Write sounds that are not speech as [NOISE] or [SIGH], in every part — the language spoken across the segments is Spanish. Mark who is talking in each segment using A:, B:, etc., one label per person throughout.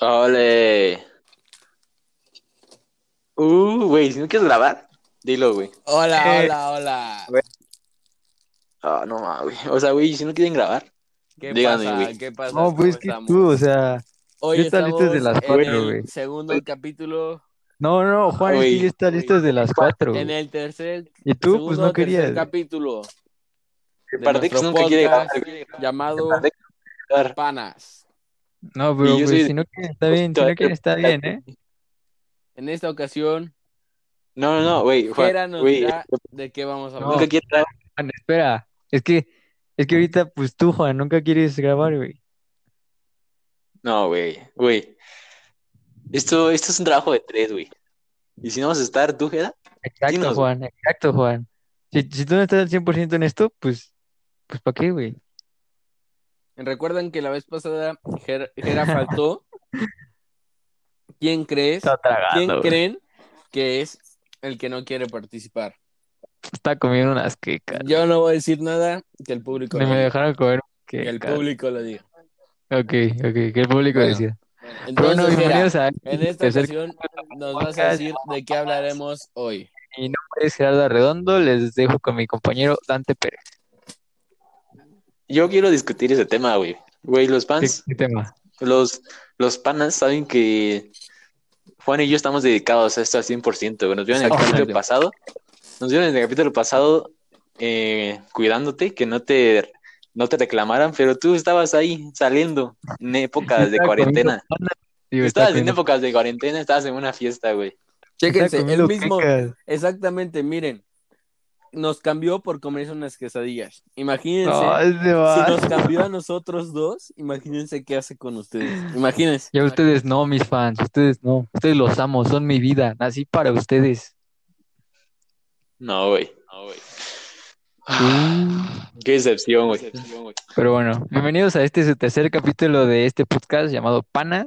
A: Ole. Uh, güey, si no quieres grabar, dilo, güey.
B: Hola,
C: Eh.
B: hola, hola.
A: Ah, no mames, güey. O sea, güey, si no quieren grabar.
B: ¿Qué
A: Díganme,
B: pasa?
A: güey.
B: ¿Qué pasa?
C: No,
B: ¿Cómo
C: pues es que
B: estamos?
C: tú, o sea,
B: Hoy
C: ya está listo
B: estamos
C: desde las
B: en
C: cuatro,
B: el
C: güey.
B: segundo capítulo,
C: no, no, Juan, es
A: Güey,
C: que ya está listo desde las cuatro.
B: en
C: güey.
B: el tercer,
C: Y tú, pues
B: segundo,
C: no
B: tercer
C: querías.
B: capítulo de
A: Pardex
B: nuestro
A: nunca quiere grabar.
B: podcast llamado
A: Pardex nunca quiere grabar.
B: Panas.
C: No, pero
A: Y yo
C: pues
A: soy-
C: si no quieren, está bien, si no quieren, está bien, ¿eh?
B: En esta ocasión,
A: No, no, no, güey. Juan,
B: Jera nos
A: güey,
B: dirá de qué vamos a
C: No.
B: hablar.
A: nunca quiere grabar.
C: Juan, espera, es que, es que ahorita, pues tú, Juan, nunca quieres grabar, güey.
A: No, güey, güey. Esto, esto es un trabajo de tres, güey. Y si no vas a estar tú, Jera,
C: Exacto,
A: Dinos, güey.
C: Juan, exacto, Juan. Si, si tú no estás al 100% en esto, pues, pues ¿para qué, güey?
B: Recuerdan que la vez pasada Ger- Jera faltó. ¿Quién crees?
C: Está
B: ¿Quién
C: tragando, güey.
B: creen que es el que no quiere participar?
C: Está comiendo unas quecas.
B: Yo no voy a decir nada que el público
C: Ni
B: lo
C: me
B: diga.
C: dejaron comer
B: Que el
C: quecas.
B: público lo diga.
C: Ok, ok, que el público
B: Bueno,
C: decida. Pero bueno,
B: Entonces, Jera,
C: bienvenidos
A: [LAUGHS]
C: a
B: en esta
C: tercer
B: ocasión nos vas a decir de qué hablaremos hoy.
C: es Gerardo Arredondo, les dejo con mi compañero Dante Pérez.
A: yo quiero discutir ese tema, güey. Güey, los fans,
C: tema?
A: los, los panas saben que Juan y yo estamos dedicados a esto al 100%, güey. Nos vieron en el
C: Exactamente.
A: capítulo pasado. Nos vieron en el capítulo pasado eh, cuidándote, que no te, no te reclamaran, pero tú estabas ahí saliendo en épocas Ah, de
C: Estaba
A: cuarentena.
C: Digo,
A: estabas
C: está
A: en
C: comiendo-
A: épocas de cuarentena, estabas en una fiesta, güey.
B: Chéquense,
C: está
B: el
C: comiendo
B: mismo,
C: quecas.
B: exactamente, miren, nos cambió por comerse unas quesadillas. Imagínense,
C: No, ese
B: si
C: va.
B: nos cambió a nosotros dos, imagínense qué hace con ustedes. Imagínense.
C: Ya ustedes no, mis fans, ustedes no. Ustedes los amo, son mi vida, nací para ustedes.
A: No, güey. Qué decepción, güey.
C: Pero bueno, bienvenidos a este su tercer capítulo de este podcast llamado Panas.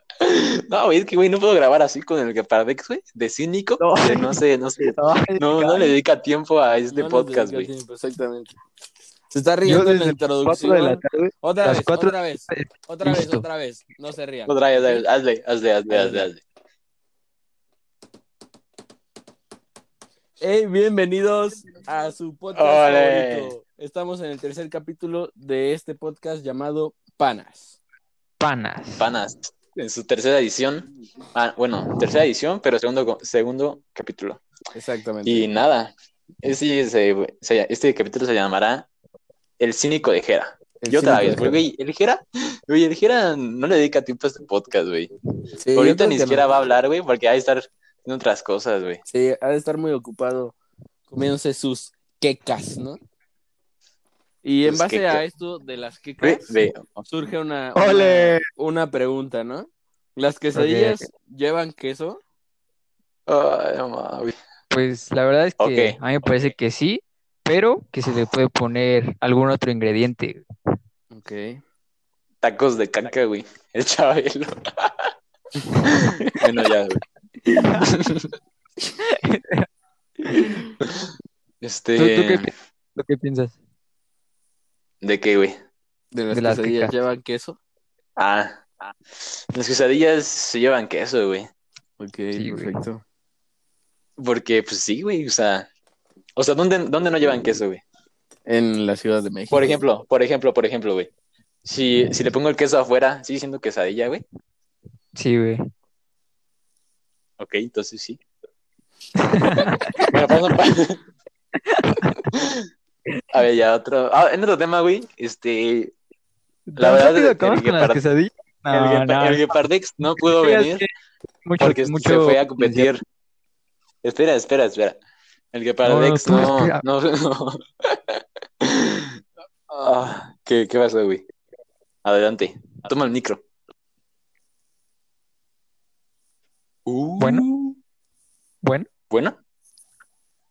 A: No, güey, es que, güey, no puedo grabar así con el que Pardex, güey, de cínico.
C: No.
A: que No sé, no sé.
C: Ay,
A: No, no le dedica tiempo a este
B: No nos
A: podcast,
B: dedica
A: güey.
B: tiempo, Exactamente. Se está
C: Yo
B: riendo en la
C: desde las 4 de la
B: introducción.
C: tarde.
B: Otra
C: las
B: vez,
C: cuatro-
B: otra vez, otra vez,
C: Listo.
B: otra vez. No se rían.
A: Otra vez, dale, hazle, hazle, hazle, hazle, hazle.
B: Hey, bienvenidos a su podcast
A: Ole.
B: favorito. Estamos en el tercer capítulo de este podcast llamado Panas.
C: Panas.
A: Panas, en su tercera edición. Ah, bueno, tercera edición, pero segundo, co- segundo capítulo.
B: Exactamente.
A: Y nada, este, se- se- este capítulo se llamará El cínico de Jera.
B: El
A: Yo otra
B: cínico
A: vez,
B: de
A: porque, güey,
B: Jera.
A: el Jera, güey, el Jera no le dedica tiempo a este podcast, güey.
B: Sí, yo
A: Ahorita
B: creo
A: ni
B: que
A: siquiera
B: no. ¿Ah,
A: va a hablar, güey, porque hay que estar haciendo otras cosas, güey.
B: Sí, ha de estar muy ocupado comiéndose sus quecas, ¿no? Y en
A: Sus
B: base a
A: quecas.
B: esto de las
A: Ve,
B: quecas,
A: ve,
B: surge una,
C: ¡Ole!
B: una, una pregunta, ¿no? ¿Las quesadillas llevan queso?
A: ay, no mames.
C: Pues la verdad es que
A: Ok,
C: a mí me parece que sí, pero que se le puede poner algún otro ingrediente.
B: Ok.
A: Tacos de caca, güey. El chabelo. [LAUGHS] bueno, ya, güey.
B: [LAUGHS]
C: ¿Tú,
A: Este.
C: tú qué, pi- tú qué piensas?
A: ¿De qué, güey?
B: ¿De las
C: De las
B: quesadillas
C: quecas.
B: llevan queso?
A: Ah. Las quesadillas se llevan queso, güey.
B: Ok,
C: Sí, güey.
B: perfecto.
A: Porque, pues sí, güey, o sea. O sea, ¿dónde, dónde no llevan queso, güey?
B: En la Ciudad de México.
A: Por ejemplo, por ejemplo, por ejemplo, güey. Si, si le pongo el queso afuera, ¿sigue siendo quesadilla, güey?
C: Sí,
A: [LAUGHS]
C: güey.
A: Ok, entonces sí. Bueno, pasan pa- [LAUGHS] A ver, ya otro. Ah, en otro tema, güey. Este. La
C: ¿Tan
A: verdad
C: rápido
A: es que
C: acabas
A: el
C: con las
A: Guepard-
C: quesadillas?
A: el,
C: No,
A: Guepa-
C: no,
A: el Guepardex no pudo
C: digas
A: venir
C: que mucho-
A: porque
C: mucho-
A: se fue a competir. Espera, espera, espera. El Guepardex
C: No, no, tú
A: no.
C: espera.
A: No, no. [LAUGHS] Ah, ¿qué, ¿Qué pasó, güey? Adelante. Toma el micro.
B: Uh.
C: Bueno. Bueno,
A: ¿Bueno?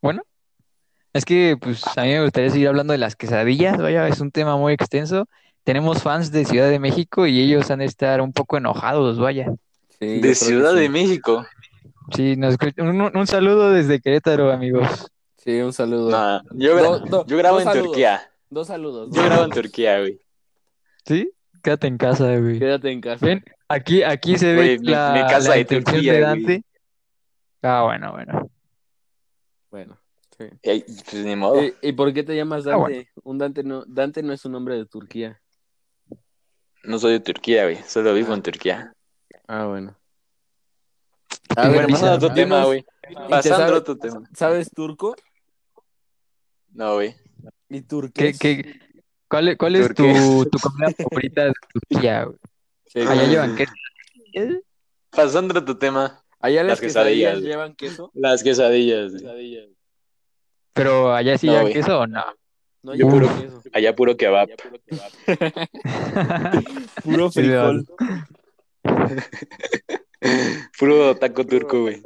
C: Bueno, es que pues a mí me gustaría seguir hablando de las quesadillas, vaya, es un tema muy extenso. Tenemos fans de Ciudad de México y ellos han de estar un poco enojados, vaya.
B: Sí, yo creo
A: De
B: que
A: Ciudad
B: sí.
A: de México.
C: Sí, nos escu- un, un saludo desde Querétaro, amigos.
B: Sí, un saludo.
A: No, Ah, yo, gra-
B: Do- do-
A: yo grabo
B: dos
A: en
B: saludos.
A: Turquía.
B: Dos saludos.
A: Yo
B: dos
A: grabo en
C: [LAUGHS]
B: saludos.
A: Turquía, güey.
C: ¿Sí? Quédate en casa, güey.
B: Quédate en casa.
C: Ven, aquí, aquí se
A: Güey,
C: ve
A: mi-
C: la,
A: mi casa
C: la
A: de
C: intención
A: Turquía,
C: de
A: güey.
C: Dante. Ah, bueno, bueno.
B: Bueno.
A: Ey, Pues ni modo.
C: Eh,
B: ¿Y, y por qué te llamas
C: Ah,
B: Dante?
C: bueno.
B: Un Dante no, Dante no es un nombre de Turquía.
A: No soy de Turquía, güey. Solo vivo en Turquía.
B: Ah, bueno.
C: Y
B: A
A: Bueno,
B: ver,
A: pasando
C: bueno,
A: a
C: Isa,
A: otro
B: dinos-
A: tema, güey.
B: ¿y te
A: Pasando a
B: sabe-
A: otro tema.
B: ¿Sabes turco?
A: No, güey.
B: ¿Y
C: ¿Qué,
B: turqués?
C: qué, cuál, es- cuál es
A: Turquía.
C: tu,
A: [LAUGHS]
C: tu comida favorita de Turquía, güey?
B: Sí,
C: Allá
B: sí,
C: llevan
B: sí.
C: qué.
A: Pasando a otro tema.
B: Allá las,
A: las
B: quesadillas,
A: quesadillas.
B: llevan queso.
A: Las quesadillas. güey.
C: Pero allá sí
A: No,
C: llevan
A: güey.
C: queso
A: [LAUGHS]
C: o no. [LAUGHS]
B: No
A: Yo
B: llevan
A: puro-
B: queso.
A: Allá puro kebab.
B: [LAUGHS] Puro
C: Sí,
B: frijol.
A: [LAUGHS] Puro taco turco, güey.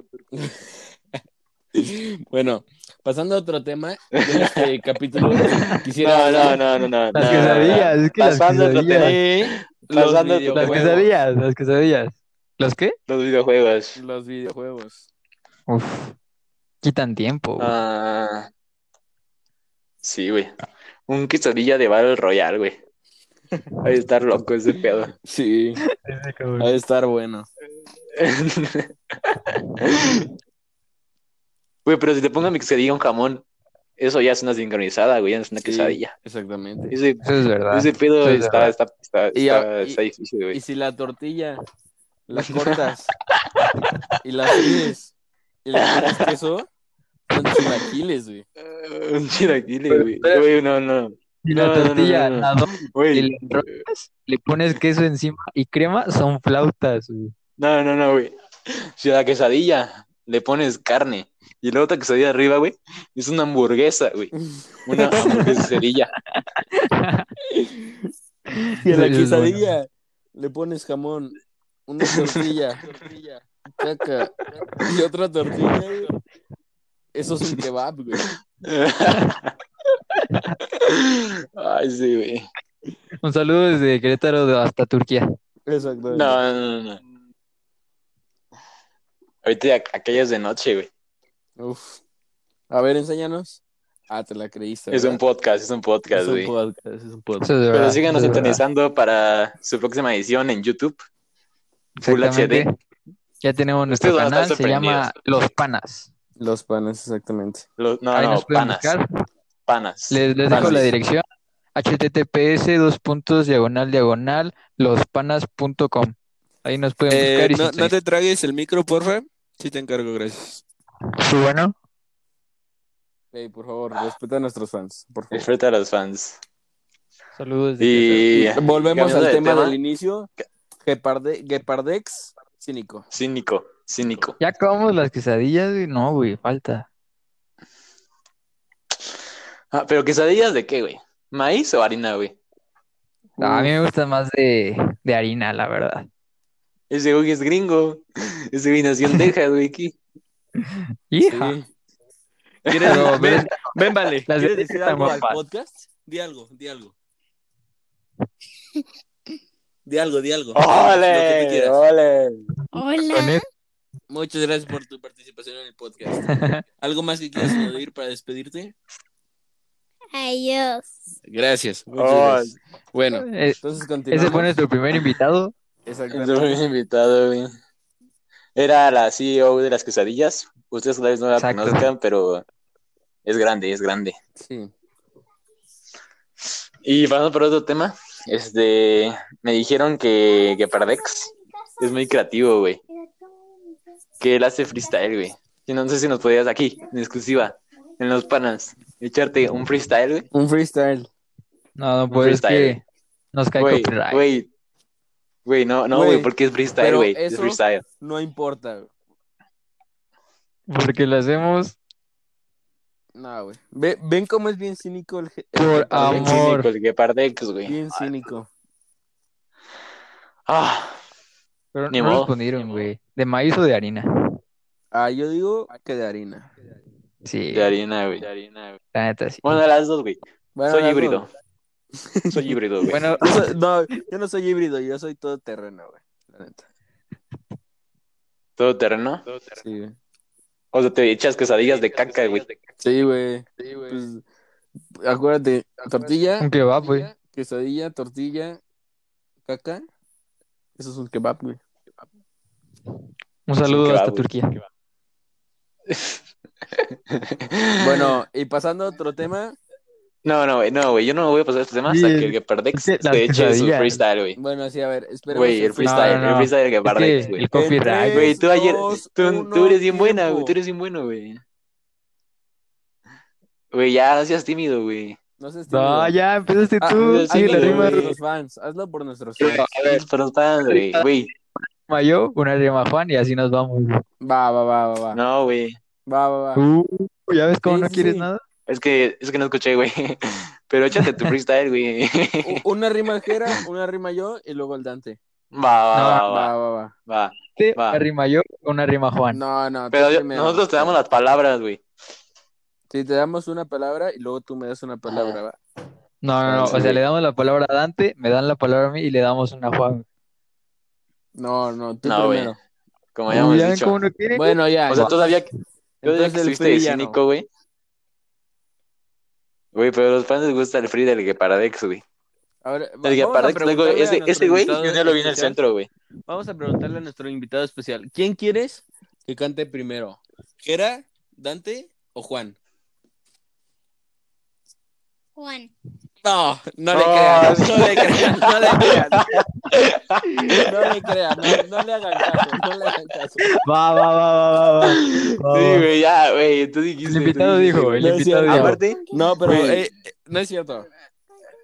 B: Bueno, pasando a otro tema, yo en [LAUGHS] este capítulo quisiera
A: No, no,
B: hablar
A: no, no, no.
C: Las
A: no,
C: quesadillas, es que las
A: Pasando a otro tema.
C: quesadillas.
B: los
A: Pasando a otro
C: Las
A: tema.
B: videojuegos.
C: quesadillas, las quesadillas. ¿Los qué?
A: Los videojuegos.
B: los videojuegos.
C: Uf, quitan tiempo, güey.
A: Ah, sí, güey. Un quesadilla de Battle Royale, güey. Va a estar loco ese pedo.
B: Sí, ha de estar bueno.
A: [LAUGHS] Güey, pero si te pongo mi quesadilla un jamón, eso ya es una sincronizada, güey, ya no es una
B: Sí,
A: quesadilla.
B: Exactamente.
A: Ese,
C: Eso es verdad.
A: ese pedo
C: eso es
A: está,
C: verdad.
A: está, está,
B: Y a-
A: está, está
B: y-
A: difícil,
B: Y
A: güey.
B: si la tortilla la [LAUGHS] cortas y la fríes y le pones queso, son chilaquiles, güey.
A: Eh, [LAUGHS] Un chiraquile,
C: Pero,
A: güey.
C: pero-
A: Güey, no, no.
C: Y la
A: No, no, no,
C: tortilla,
A: no, no.
C: la doblas, y
A: Güey. [LAUGHS]
C: la enrollas, le pones queso encima y crema, son flautas, güey.
A: No, no, no, güey. Si a la quesadilla le pones carne y la otra quesadilla arriba, güey, es una hamburguesa, güey.
B: [LAUGHS]
A: Una hamburguesería. [LAUGHS]
B: Y a la
C: Eso es bueno.
B: quesadilla le pones jamón, [LAUGHS] una tortilla, caca y otra tortilla, güey. Eso [LAUGHS] es un kebab, güey.
A: Ay, sí, güey.
C: Un saludo desde Querétaro de- hasta Turquía.
B: Exactamente.
A: No, no, no, no. Mm. Ahorita ya, aquellas de noche, güey.
B: Uf. A ver, enséñanos. Ah, te la creíste.
A: Es un
B: ¿verdad?
A: podcast, es un podcast,
B: Es un
A: güey.
B: podcast, es un podcast.
C: Eso es verdad.
A: Pero síganos
C: eso es verdad.
A: sintonizando para su próxima edición en YouTube. Full
C: Exactamente. Ya tenemos nuestro
A: Ustedes van a
C: canal,
A: estar
C: se llama Los Panas.
B: Los panes, exactamente.
A: Los- no,
C: Ahí
A: Ah, no,
C: nos pueden
A: panas.
C: buscar.
A: Panas.
C: Les, les dejo
A: Panas.
C: la dirección. https dos puntos diagonal diagonal lospanas.com. Ahí nos pueden
A: Eh,
C: buscar y
B: Eh, no,
C: sintonizar.
B: te tragues el micro, porfa. Sí te encargo, gracias.
C: Sí, bueno.
B: Ey, por favor, respeta a nuestros fans, por favor.
A: Disfruta a los fans.
C: Saludos. desde
A: Y
B: Volvemos
A: cambiando
B: al
A: de
B: tema,
A: tema.
B: del inicio. Geparde, Gepardex, cínico.
A: cínico, cínico.
C: ¿Ya acabamos las quesadillas? güey? No, güey, falta.
A: Ah, pero quesadillas de qué, güey? ¿Maíz o harina, güey?
C: No, a mí me gusta más de, de harina, la verdad.
A: Ese güey es gringo. [LAUGHS] Ese güey nació en Texas, güey. aquí.
C: Hija. Pero,
B: ven,
C: ven,
B: ven, vale.
C: Las
B: ¿Quieres
C: de-
B: decir
C: están
B: algo al
C: guapas.
B: podcast? Di algo, di algo. Di algo, di algo. Lo que tú
A: ¡Ole!
B: quieras.
A: ¡Ole!
C: con
D: Hola.
C: esto-
B: Muchas gracias por tu participación en el podcast.
C: [LAUGHS]
B: ¿Algo más que quieras añadir para despedirte?
D: Adiós.
B: Gracias. muchas
A: Oh.
B: gracias. Bueno,
C: eh,
B: entonces
A: Este,
C: ese fue
B: continuamos.
C: nuestro primer invitado.
A: [LAUGHS] Entró
C: [LAUGHS]
A: un invitado, güey. Era la CEO de las quesadillas. Ustedes tal vez no la
C: Exacto.
A: conozcan, pero es grande, es grande.
B: Sí.
A: Y pasando por otro tema, este, me dijeron que, que Pardex es muy creativo, güey. Que él hace freestyle, güey. Y no sé si nos podías aquí, en exclusiva, en los panas, echarte un freestyle, güey.
B: Un freestyle.
C: No, no,
A: Un
C: pues es
A: freestyle.
C: que nos cae
A: Güey,
C: copyright.
A: güey. Güey, no, no,
B: Güey,
A: güey, porque es freestyle,
B: pero
A: güey. Es
B: eso-
A: freestyle.
B: No importa. güey.
C: Porque lo hacemos
B: No, güey. Ve- ven cómo es bien cínico el. je- el
A: Bien
B: Gepardex.
C: Por amor.
A: cínico el que Pardex, güey.
B: Bien cínico.
A: Ah,
C: Pero
A: Ni
C: no
A: modo.
C: respondieron, güey. ¿De maíz o de harina?
B: Ah, yo digo que de harina.
C: Sí,
A: De harina, güey.
C: la neta, sí.
A: Bueno, las dos, güey.
B: Bueno,
A: Soy
B: las
A: híbrido.
B: dos.
A: Soy híbrido, güey. [LAUGHS]
C: Bueno,
B: Yo soy- no, yo no soy híbrido, yo soy todo terreno, güey. La neta.
A: Todo terreno.
B: Sí, güey.
A: O sea, te echas quesadillas de caca, güey.
B: Sí, güey. Pues, acuérdate, tortilla,
C: un kebab, güey.
B: quesadilla, tortilla, caca. Eso es un kebab, güey.
C: Un saludo
A: kebab,
C: hasta
A: güey.
C: Turquía.
A: [LAUGHS]
B: Bueno, y pasando a otro tema,
A: No, no, güey, no, güey. Yo no voy a pasar este tema hasta
C: Sí,
A: que el que perdex
C: es que las
A: te eche su
C: quesadillas.
A: freestyle, güey.
B: bueno, sí, a ver, esperemos.
A: Güey, el freestyle,
C: No, no,
A: el
C: no.
A: freestyle que
C: Es
A: perdex,
C: que
A: güey.
C: el copyright, güey.
A: Güey, tú ayer,
B: Dos,
A: tú,
B: uno,
A: tú eres bien buena,
B: tiempo.
A: güey. Tú eres bien bueno, güey. Güey, ya no seas tímido, güey.
B: No sé si
C: No, ya empezaste
B: Ah,
C: tú.
A: sí,
C: Sigue la
B: hazlo
A: güey.
C: rima.
B: por nuestros fans, hazlo por nuestros fans.
A: Por los fans, güey. Güey,
C: rima yo, una rima Juan y así nos vamos. güey.
B: Va, va, va, va, va.
A: no, güey.
B: Va, va, va.
C: Uh, ya ves cómo
B: Sí,
C: no
B: sí,
C: quieres
B: sí.
C: nada.
A: Es que, es que no escuché, güey. [LAUGHS] Pero échate tu freestyle, güey. [LAUGHS]
B: U- Una rima Jera, una rima yo y luego el Dante.
A: Va, va,
C: No,
A: va, va,
B: Va, va, va.
A: va.
C: Te-
A: Va.
C: Una rima yo, una rima Juan.
B: No, no. tú
A: Pero yo-
B: primero.
A: nosotros te damos las palabras, güey.
B: Si te damos una palabra y luego tú me das una palabra,
A: Ah.
B: va.
C: No, no, no. O sea,
A: Sí.
C: le damos la palabra a Dante, me dan la palabra a mí y le damos una a Juan.
B: No, no, tú
A: No, güey.
B: primero.
A: Como ya
C: Uh,
A: hemos
C: Ya ven
A: dicho.
C: cómo no quieres. [LAUGHS]
B: Bueno, ya.
A: O sea,
B: ya.
A: todavía que, todavía que
B: Entonces, el
A: estuviste de
B: free ya no.
A: cínico, güey. Güey, pero a los fans les gusta el free del Gepardex, güey.
B: Ahora, va-
A: El
B: vamos a
A: Gepardex, luego,
B: preguntarle a
A: ese,
B: nuestro
A: ese güey,
B: invitado
A: yo ya lo vi en el
B: especial.
A: centro, güey.
B: Vamos a preguntarle a nuestro invitado especial. ¿Quién quieres que cante primero? ¿Jera, Dante o Juan?
D: Juan.
B: No, no le
A: Oh,
B: crean,
A: sí.
B: [LAUGHS] no le crean, no le crean. No le crean, no, no le hagan caso, no le hagan caso.
C: Va, va, va, va, va, va.
A: Sí,
C: Va, va.
A: güey, ya, güey, tú dijiste.
C: El
A: tú
C: invitado
A: dijiste,
C: dijo,
A: güey.
C: el
B: No es
C: invitado
B: cierto.
C: dijo.
A: Aparte,
B: No, pero
A: Güey.
B: eh, eh, no es cierto.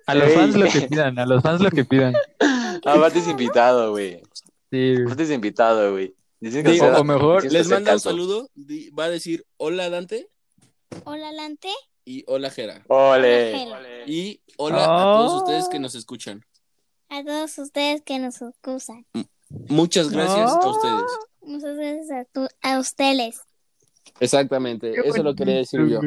C: A los
A: Ey.
C: fans lo que pidan, a los fans lo que pidan.
A: aparte es invitado, güey.
C: Sí, güey.
A: Aparte es invitado, güey. Dicen que
B: Digo,
A: sea-
C: o mejor,
A: tienes que
B: Les
A: hacer
B: manda un
A: caso.
B: saludo, di- va a decir hola Dante
D: Hola, Lante.
B: y hola Jera.
A: Ole.
D: Hola,
B: Y hola a todos
C: Oh.
B: ustedes que nos escuchan.
D: A todos ustedes que nos excusan.
B: Muchas gracias a
C: Oh.
B: ustedes.
D: Muchas gracias a, tu- a ustedes.
B: Exactamente,
C: Qué
B: eso lo quería decir yo.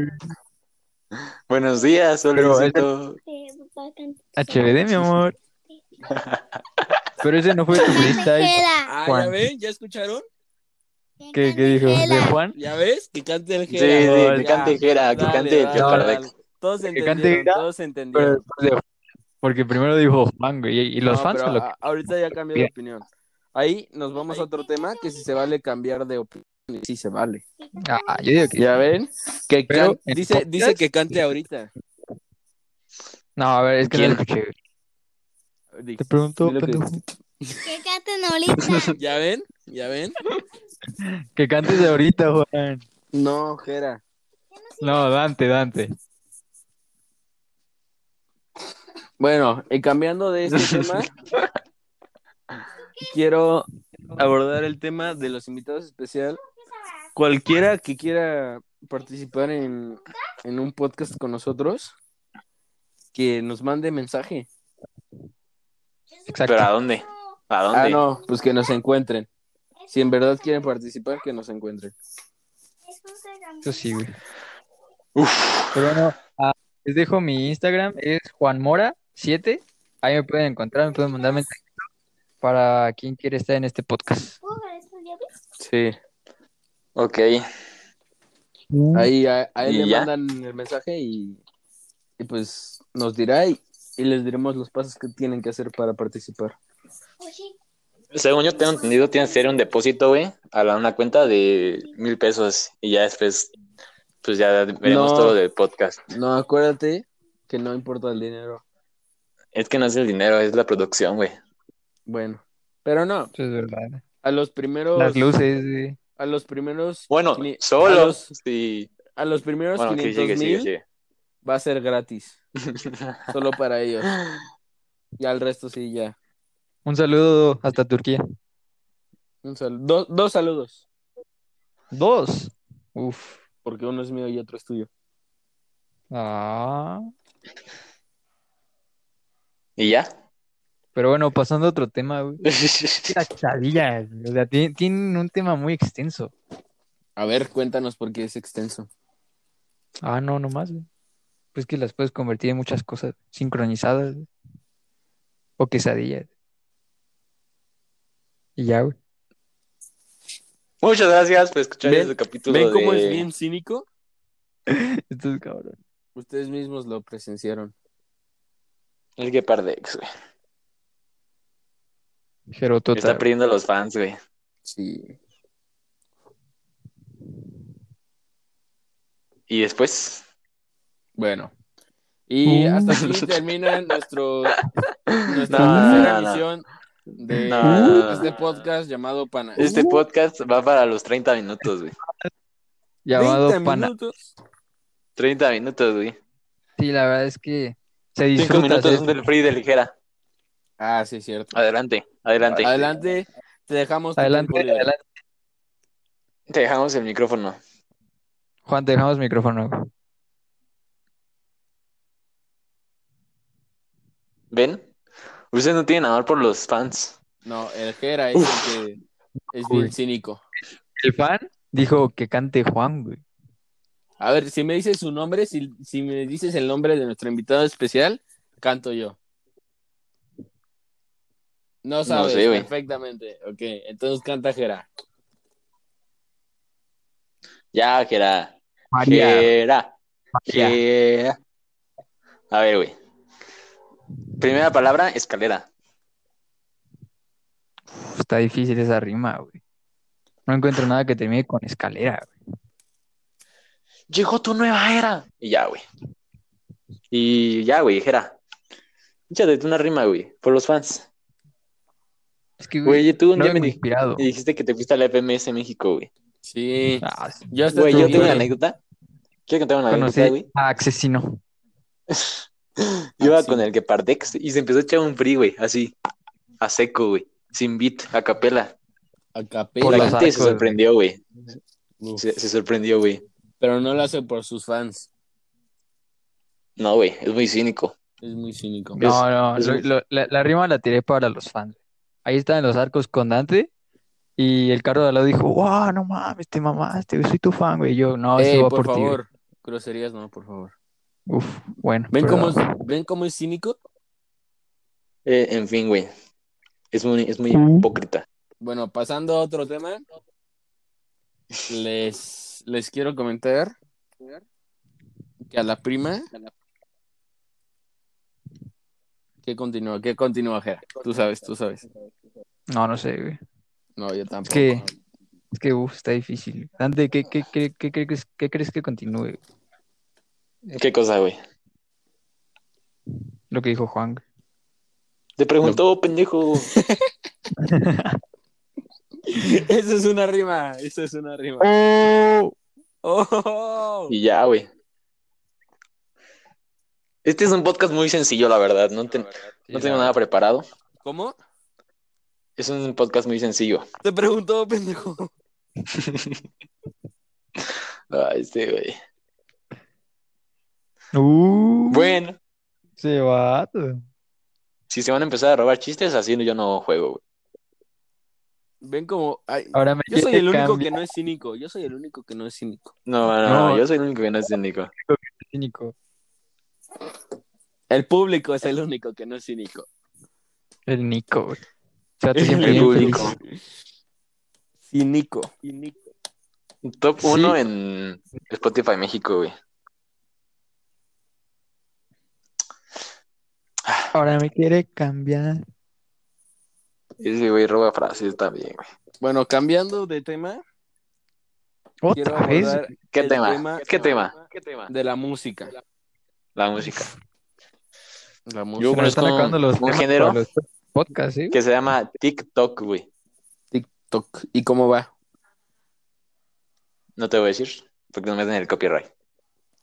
A: Buenos días,
C: Pero-
A: solecito.
D: Sí, papá, can-
C: HBD, mi amor. Pero ese no fue tu freestyle.
D: Jera.
B: Ah, ya
C: Juan.
B: ven, ya escucharon,
A: Ah,
C: ¿Qué, qué dijo? ¿De
D: Jera.
C: Juan?
B: ya ves, que cante el
A: Sí, sí,
B: Jera.
C: Hola.
A: que cante Jera, que
B: Dale,
A: cante el
B: dale,
A: Gepardex.
B: dale. Todos
C: Que cante
B: entendieron,
C: Jera,
B: todos
C: Pero
B: entendieron.
C: después de Juan, Porque primero dijo Juan, güey. Y los
B: No,
C: fans
B: pero ah,
C: o lo
B: a- ahorita ya cambió de
C: Bien.
B: opinión. Ahí nos vamos a otro tema que si se vale cambiar de opinión. Y Sí se vale.
C: Ah, yo digo que.
B: Ya ven, que
C: Pero
B: can-
C: en
B: dice,
C: podcast-
B: dice que cante ahorita.
C: No, a ver, es que no
A: ¿Quién?
C: lo escuché. güey.
B: Di-
C: Te pregunto,
B: di lo que-
C: pendejo,
D: Que canten
C: [LAUGHS]
D: ahorita.
B: ¿Ya ven? ¿Ya ven?
C: que cantes de ahorita, Juan.
B: No, Jera.
C: No, Dante, Dante.
B: Bueno, y cambiando
A: [LAUGHS]
B: de este tema, quiero abordar el tema de los invitados especial. Cualquiera que quiera participar en, en un podcast con nosotros, que nos mande mensaje.
C: Exacto.
A: Pero ¿a dónde? ¿A
B: Ah,
A: dónde?
B: no, pues que nos encuentren. Si en verdad quieren participar, que nos encuentren.
C: Eso sí, güey. Pero bueno, ah, les dejo mi Instagram, es juanmora7. Ahí me pueden encontrar, me pueden mandar mensajes para quien quiere estar en este podcast.
B: Sí.
A: Ok.
C: Mm.
B: Ahí a, a él
A: ¿Y
B: le
A: ya?
B: mandan el mensaje y, y pues nos dirá y, y les diremos los pasos que tienen que hacer para participar.
A: Según yo tengo entendido, tienes que hacer un depósito, güey, a la, una cuenta de mil pesos y ya después, pues ya veremos
B: No.
A: todo lo del podcast.
B: No, acuérdate que no importa el dinero.
A: Es que no es el dinero, es la producción, güey.
B: Bueno, pero no,
C: Eso es verdad.
B: a los primeros
C: Las luces, güey.
B: a los primeros
A: Bueno,
B: quini- a
A: solo.
B: los,
A: Sí.
B: a los primeros
A: Bueno, que
B: 500
A: sigue, sigue,
B: mil
A: sigue.
B: va a ser gratis, solo para ellos. Y al resto sí ya.
C: Un saludo hasta Turquía.
B: Un salu- dos- dos saludos,
C: Dos. Uf.
B: porque uno es mío y otro es tuyo.
C: Ah.
A: [LAUGHS] ¿Y ya? [LAUGHS]
C: Pero bueno, pasando a otro tema, güey. Las chavillas, güey. o sea, tienen, tienen un tema muy extenso.
B: A ver, cuéntanos porque es extenso.
C: Ah, no, nomás, güey. Pues que las puedes convertir en muchas cosas sincronizadas güey. o quesadillas. Y ya, güey.
A: Muchas gracias por escuchar
B: Ven-
A: este capítulo.
B: ¿Ven cómo
A: de-
B: es bien cínico?
C: Esto es cabrón.
B: Ustedes mismos lo presenciaron.
A: El Gepardex, güey.
C: Gerotota.
A: Está perdiendo a los fans, güey.
B: Sí.
A: Y después,
B: Bueno. Y
C: Uh.
B: hasta aquí termina
C: [LAUGHS]
B: nuestro, nuestra
A: No, no,
B: tercera
A: no.
B: emisión de
A: No, no, no, no,
B: este
A: no.
B: podcast llamado Pana.
A: este podcast va para los 30 minutos, güey.
C: Llamado
B: 30
C: pana.
B: minutos.
A: 30 minutos, güey.
C: Sí, la verdad es que se
A: 5
C: disfruta.
A: minutos
C: hacer
A: son del free de ligera.
B: Ah, sí, cierto.
A: Adelante, adelante.
B: Adelante, te dejamos. tu
C: Adelante,
B: tiempo libre.
C: adelante.
A: Te dejamos el micrófono.
C: Juan, te dejamos micrófono. güey.
A: ¿Ven? Ustedes no tienen amor por los fans.
B: No, el Jera es el que es bien
C: Uy.
B: cínico.
C: El fan dijo que cante Juan, güey.
B: A ver, si me dices su nombre, si, si me dices el nombre de nuestro invitado especial, canto yo. No sabes
A: sé, güey.
B: perfectamente. Ok, entonces canta Jera.
A: Ya, Jera.
C: María.
A: Jera.
C: María.
A: Jera. A ver, güey. Primera palabra, escalera.
C: Uf, está difícil esa rima, güey. No encuentro nada que termine con escalera, güey.
A: Llegó tu nueva era. Y ya, güey. Y ya, güey, Jera. Échate tú una rima, güey, por los fans.
C: Es que, güey,
A: Güey, tú
C: no
A: ya Mm, me
C: vengo
A: di-
C: inspirado.
A: me dijiste que te fuiste a la FMS México, güey.
B: Sí.
C: Ah, sí.
B: Yo hasta
A: Güey, yo
B: estuve-
A: tengo una anécdota. ¿Quieres contar una
C: Conocí
A: anécdota, güey?
C: a Accesino.
A: Iba
B: Ah, sí.
A: con el Gepardex y se empezó a echar un free, güey, así, a seco, güey, sin beat, a capela.
B: a
C: Por
A: la
B: capela,
C: los
A: gente se
C: arcos,
A: sorprendió, güey.
B: Uf,
A: Se, se sorprendió, güey.
B: pero no lo hace por sus fans.
A: No, güey, es muy cínico.
B: Es muy cínico.
A: Es-
C: No, no,
A: es
C: lo-
A: un-
C: lo- la, la rima la tiré para los fans. Ahí estaban los arcos con Dante y el carro de al lado dijo, wow, no mames, te mamaste, güey, soy tu fan, güey. Y yo, no,
B: Ey,
C: eso va
B: por,
C: por ti, güey".
B: favor, groserías no, por favor.
C: Uf, bueno,
B: ¿Ven cómo, es,
C: perdón.
B: ¿Ven cómo es cínico?
A: Eh, en fin, güey, es muy, es muy
C: Mm.
A: hipócrita.
B: Bueno, pasando a otro tema, les, les quiero comentar que a la prima que continúa, que continúa, Jera. Tú sabes, tú sabes.
C: No, no sé, güey.
B: No, yo
C: Es
B: tampoco.
C: que,
B: [LAUGHS]
C: es que, uf, está difícil. Dante, ¿qué, qué, qué, qué crees, qué crees que continúe?
A: ¿Qué cosa, güey?
C: Lo que dijo Juan. güey.
A: Te preguntó, pendejo.
B: Eso es una rima, eso es una rima. Oh.
A: Y ya, güey. Este es un podcast muy sencillo, la verdad. No, te- no tengo nada preparado.
B: ¿Cómo?
A: Es un podcast muy sencillo.
B: Te preguntó, [LAUGHS] pendejo.
A: Ay, este, güey.
C: Uh,
A: Bueno,
C: se va.
A: si se van a empezar a robar chistes, así yo no juego, güey.
B: Ven como... ay,
C: Ahora me
B: yo soy el único
C: cambia,
B: que no es cínico, yo soy el único que no es cínico.
A: No, no,
C: No.
A: yo soy el único que no es técnico.
C: cínico.
B: El público es el único que no es cínico.
C: El Nico, güey. O sea,
B: [LAUGHS]
C: tú
B: El
C: siempre
A: El
C: bien
A: público.
C: feliz.
B: Cínico.
A: Top
C: Sí.
A: 1 en Spotify México, güey.
C: Ahora me quiere cambiar.
A: Ese güey roba frases también, güey.
B: Bueno, cambiando de tema, quiero
C: Otra vez.
B: hablar
A: ¿Qué
B: El
A: tema?
B: tema-
A: ¿Qué tema? ¿Qué tema?
B: de la música.
A: La música.
B: La música.
A: Yo
C: Se nos
A: conozco
C: están acabando los
A: un
C: temas
A: género
C: para los podcasts, ¿sí?
A: que se llama TikTok, güey.
B: TikTok. ¿Y cómo va?
A: No te voy a decir porque no me den el copyright.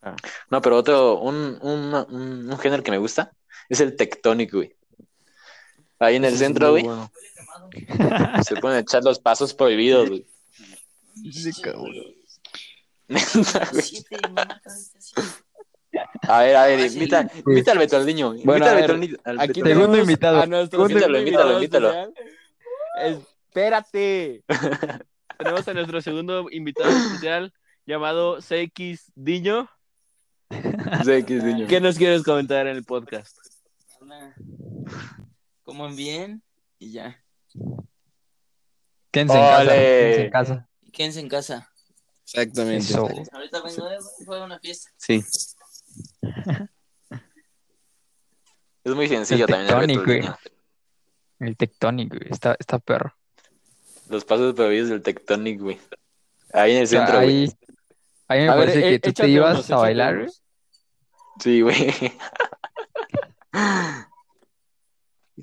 B: Ah.
A: No, pero otro, un, un, un, un género que me gusta es el tectónico, güey. Ahí en el
B: Eso es
A: centro,
B: muy
A: güey,
B: bueno.
A: se pueden echar los pasos prohibidos, güey. [LAUGHS] Neta, güey. A ver, a ver, invita, invita al Beto al niño.
B: Ah, Bueno,
A: Invita
B: a
A: al
B: ver,
A: Beto al niño- al
B: Aquí
A: Beto al
C: Segundo
B: tenemos
C: invitado.
B: A nuestro
A: Invítalo, invítalo,
B: segundo invitado especial. Espérate. tenemos a nuestro segundo invitado especial llamado CX Diño.
A: Sí, qué sueño.
B: ¿Qué nos quieres comentar en el podcast?
E: Hola. Coman bien y ya.
C: Quédense en casa.
A: Ole.
C: Quédense en casa.
E: Y quédense en casa.
B: Exactamente.
C: Eso.
E: Ahorita vengo de fue a una fiesta.
B: Sí.
A: Es muy sencillo
C: El
A: también. el reto,
C: Tectonic, güey.
A: niño.
C: El Tectonic, güey. Está, está perro.
A: Los pasos prohibidos del Tectonic, güey. Ahí en el centro, güey.
C: ahí, ahí me
B: A ver,
C: parece
B: eh,
C: que tú te
B: échate
C: ibas
B: unos,
C: a
B: échate
C: bailar, güey.
B: unos.
A: Sí, güey.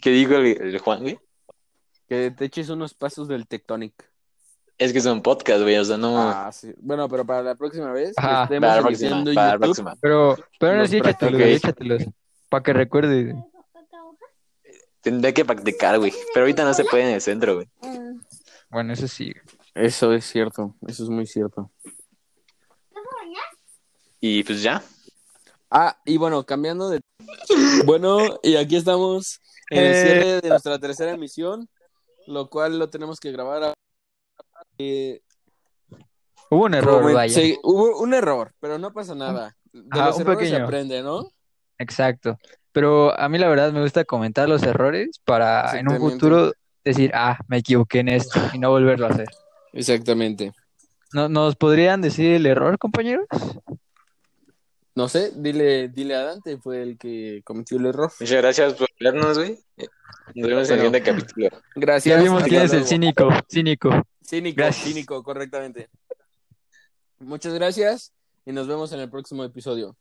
A: ¿Qué dijo el, el Juan, güey?
B: Que te eches unos pasos del Tectonic.
A: Es que es un podcast, güey. O sea, no.
B: Ah, sí. Bueno, pero para la próxima vez
C: Ajá.
B: estemos
A: para la próxima.
B: iniciando
A: Para la
B: YouTube.
A: próxima.
C: Pero, pero no,
B: Los
C: sí, échatelos,
A: practiques.
C: güey, échatelos. Para que recuerdes. güey.
A: Tendría que practicar, güey. Pero ahorita no se puede en el centro, güey.
D: Ah.
C: Bueno, eso sí. güey.
B: Eso es cierto, eso es muy cierto.
A: Y pues ya.
B: Ah, y bueno, cambiando de... Bueno, y aquí estamos en el
C: Eh.
B: cierre de nuestra tercera emisión, lo cual lo tenemos que grabar. a- Eh,
C: Hubo un error,
B: comen-
C: vaya.
B: este sí, hubo un error, pero no pasa nada. De
C: Ajá,
B: los
C: un
B: errores se
C: pequeño.
B: aprende, ¿no?
C: Exacto. Pero a mí la verdad me gusta comentar los errores para en un
B: Exactamente.
C: futuro decir, ah, me equivoqué en esto y no volverlo a hacer.
B: Exactamente.
C: ¿No, ¿Nos podrían decir el error, compañeros?
B: No sé, dile, dile a Dante, fue el que cometió el error.
A: Muchas gracias por vernos, güey. Nos vemos en el siguiente capítulo.
B: Gracias.
C: Ya vimos
B: hasta
C: quién es el
B: luego.
C: cínico, cínico.
B: Cínico,
C: Gracias.
B: cínico, correctamente. Muchas gracias y nos vemos en el próximo episodio.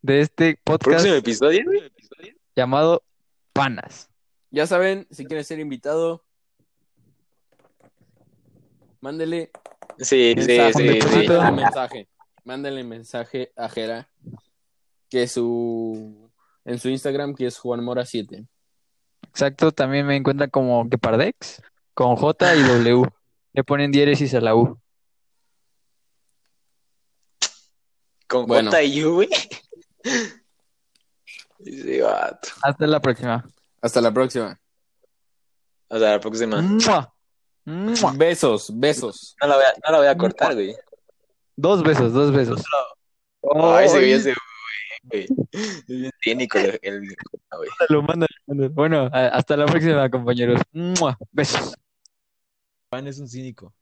C: de este podcast
A: Próximo episodio, güey.
C: llamado Panas.
B: Ya saben, si quieren ser invitado, mándele
A: Sí, sí,
B: mensaje,
A: sí, sí.
C: Mensaje.
B: mándele mensaje. Mándele mensaje a Jera que su en su Instagram que es Juan Mora 7.
C: Exacto, también me encuentran como Gepardex, con J y [LAUGHS] W. Le ponen diéresis a la U.
A: Con
B: Bueno.
A: J y U, güey. [LAUGHS] Sí, vato.
C: Hasta la próxima.
B: Hasta la próxima.
A: Hasta la
C: Ah.
A: próxima.
F: Mm.
A: No
C: ¡Mua! ¡Mua!
B: Besos, besos.
A: la voy a, no la voy a cortar, güey.
C: Dos besos, dos besos.
A: Ay, se vio ese, güey. Es bien cínico el- el- güey.
C: Mándalo, mándalo, mándalo. Bueno, a- hasta la próxima, compañeros. ¡Mua! Besos.
F: Juan es un cínico.